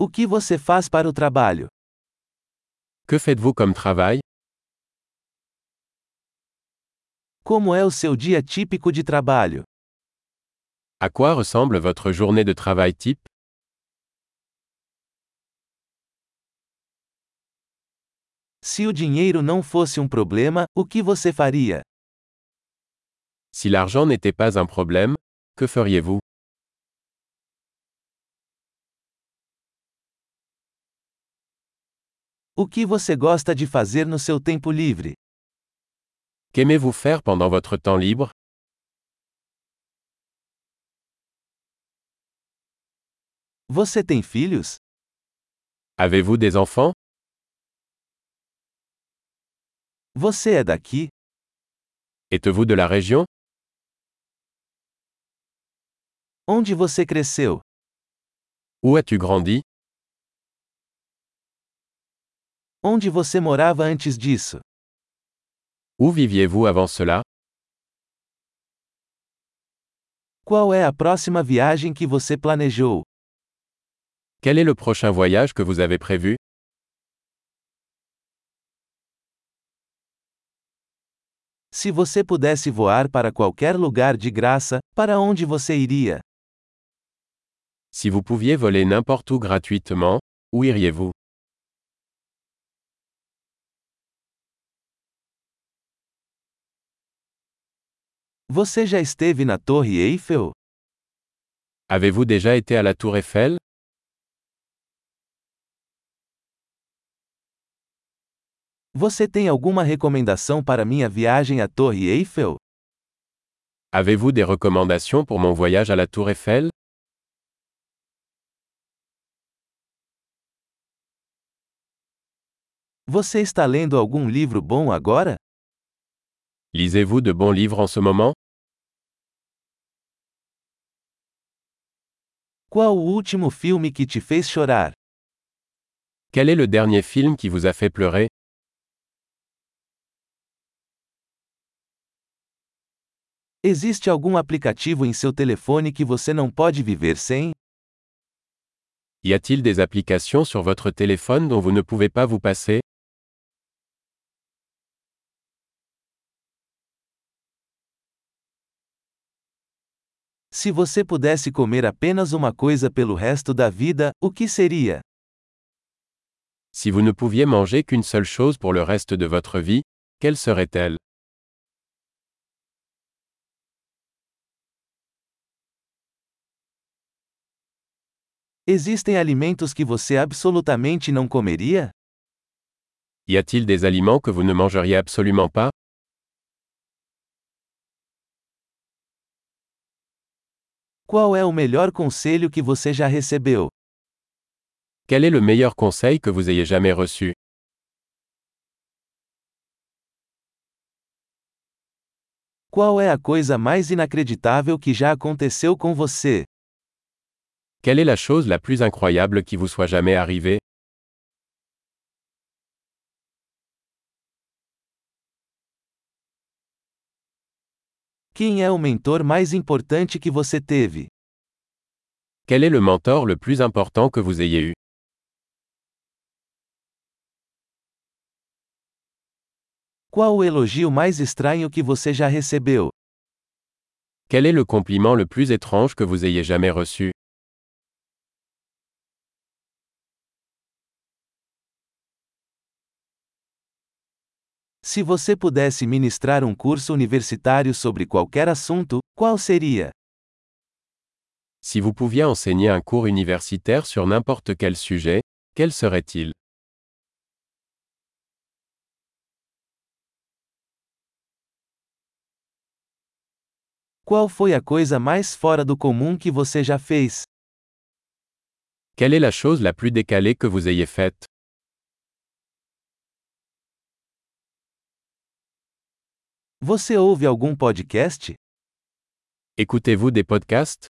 O que você faz para o trabalho? Que faites-vous comme travail Como é o seu dia típico de trabalho? À quoi ressemble votre journée de travail type Se o dinheiro não fosse um problema, o que você faria? Si l'argent n'était pas un problème, que feriez-vous O que você gosta de fazer no seu tempo livre? Qu'aimez-vous faire pendant votre temps libre Você tem filhos? Avez-vous des enfants Você é daqui? Êtes-vous de la région Onde você cresceu? Où as-tu grandi Onde você morava antes disso? Où viviez-vous avant cela Qual é a próxima viagem que você planejou? Quel est le prochain voyage que vous avez prévu Se você pudesse voar para qualquer lugar de graça, para onde você iria? Si vous pouviez voler n'importe où gratuitement, où iriez-vous Você já esteve na Torre Eiffel? Avez-vous déjà été à la tour Eiffel Você tem alguma recomendação para minha viagem à Torre Eiffel? Avez-vous des recommandations pour mon voyage à la tour Eiffel Você está lendo algum livro bom agora? Lisez-vous de bons livres en ce moment Qual o último filme que te fez chorar? Quel est le dernier film qui vous a fait pleurer Existe algum aplicativo em seu telefone que você não pode viver sem? Y a-t-il des applications sur votre téléphone dont vous ne pouvez pas vous passer Se você pudesse comer apenas uma coisa pelo resto da vida, o que seria? Si vous ne pouviez manger qu'une seule chose pour le reste de votre vie, quelle serait-elle Existem alimentos que você absolutamente não comeria? Y a-t-il des aliments que vous ne mangeriez absolument pas Qual é o melhor conselho que você já recebeu? Quel est le meilleur conseil que vous ayez jamais reçu Qual é a coisa mais inacreditável que já aconteceu com você? Quelle est la chose la plus incroyable qui vous soit jamais arrivée Quem é o mentor mais importante que você teve? Quel est le mentor le plus important que vous ayez eu Qual o elogio mais estranho que você já recebeu? Quel est le compliment le plus étrange que vous ayez jamais reçu Se você pudesse ministrar um curso universitário sobre qualquer assunto, qual seria? Si vous pouviez enseigner un cours universitaire sur n'importe quel sujet, quel serait-il Qual foi a coisa mais fora do comum que você já fez? Quelle est la chose la plus décalée que vous ayez faite Você ouve algum podcast? Écoutez-vous des podcasts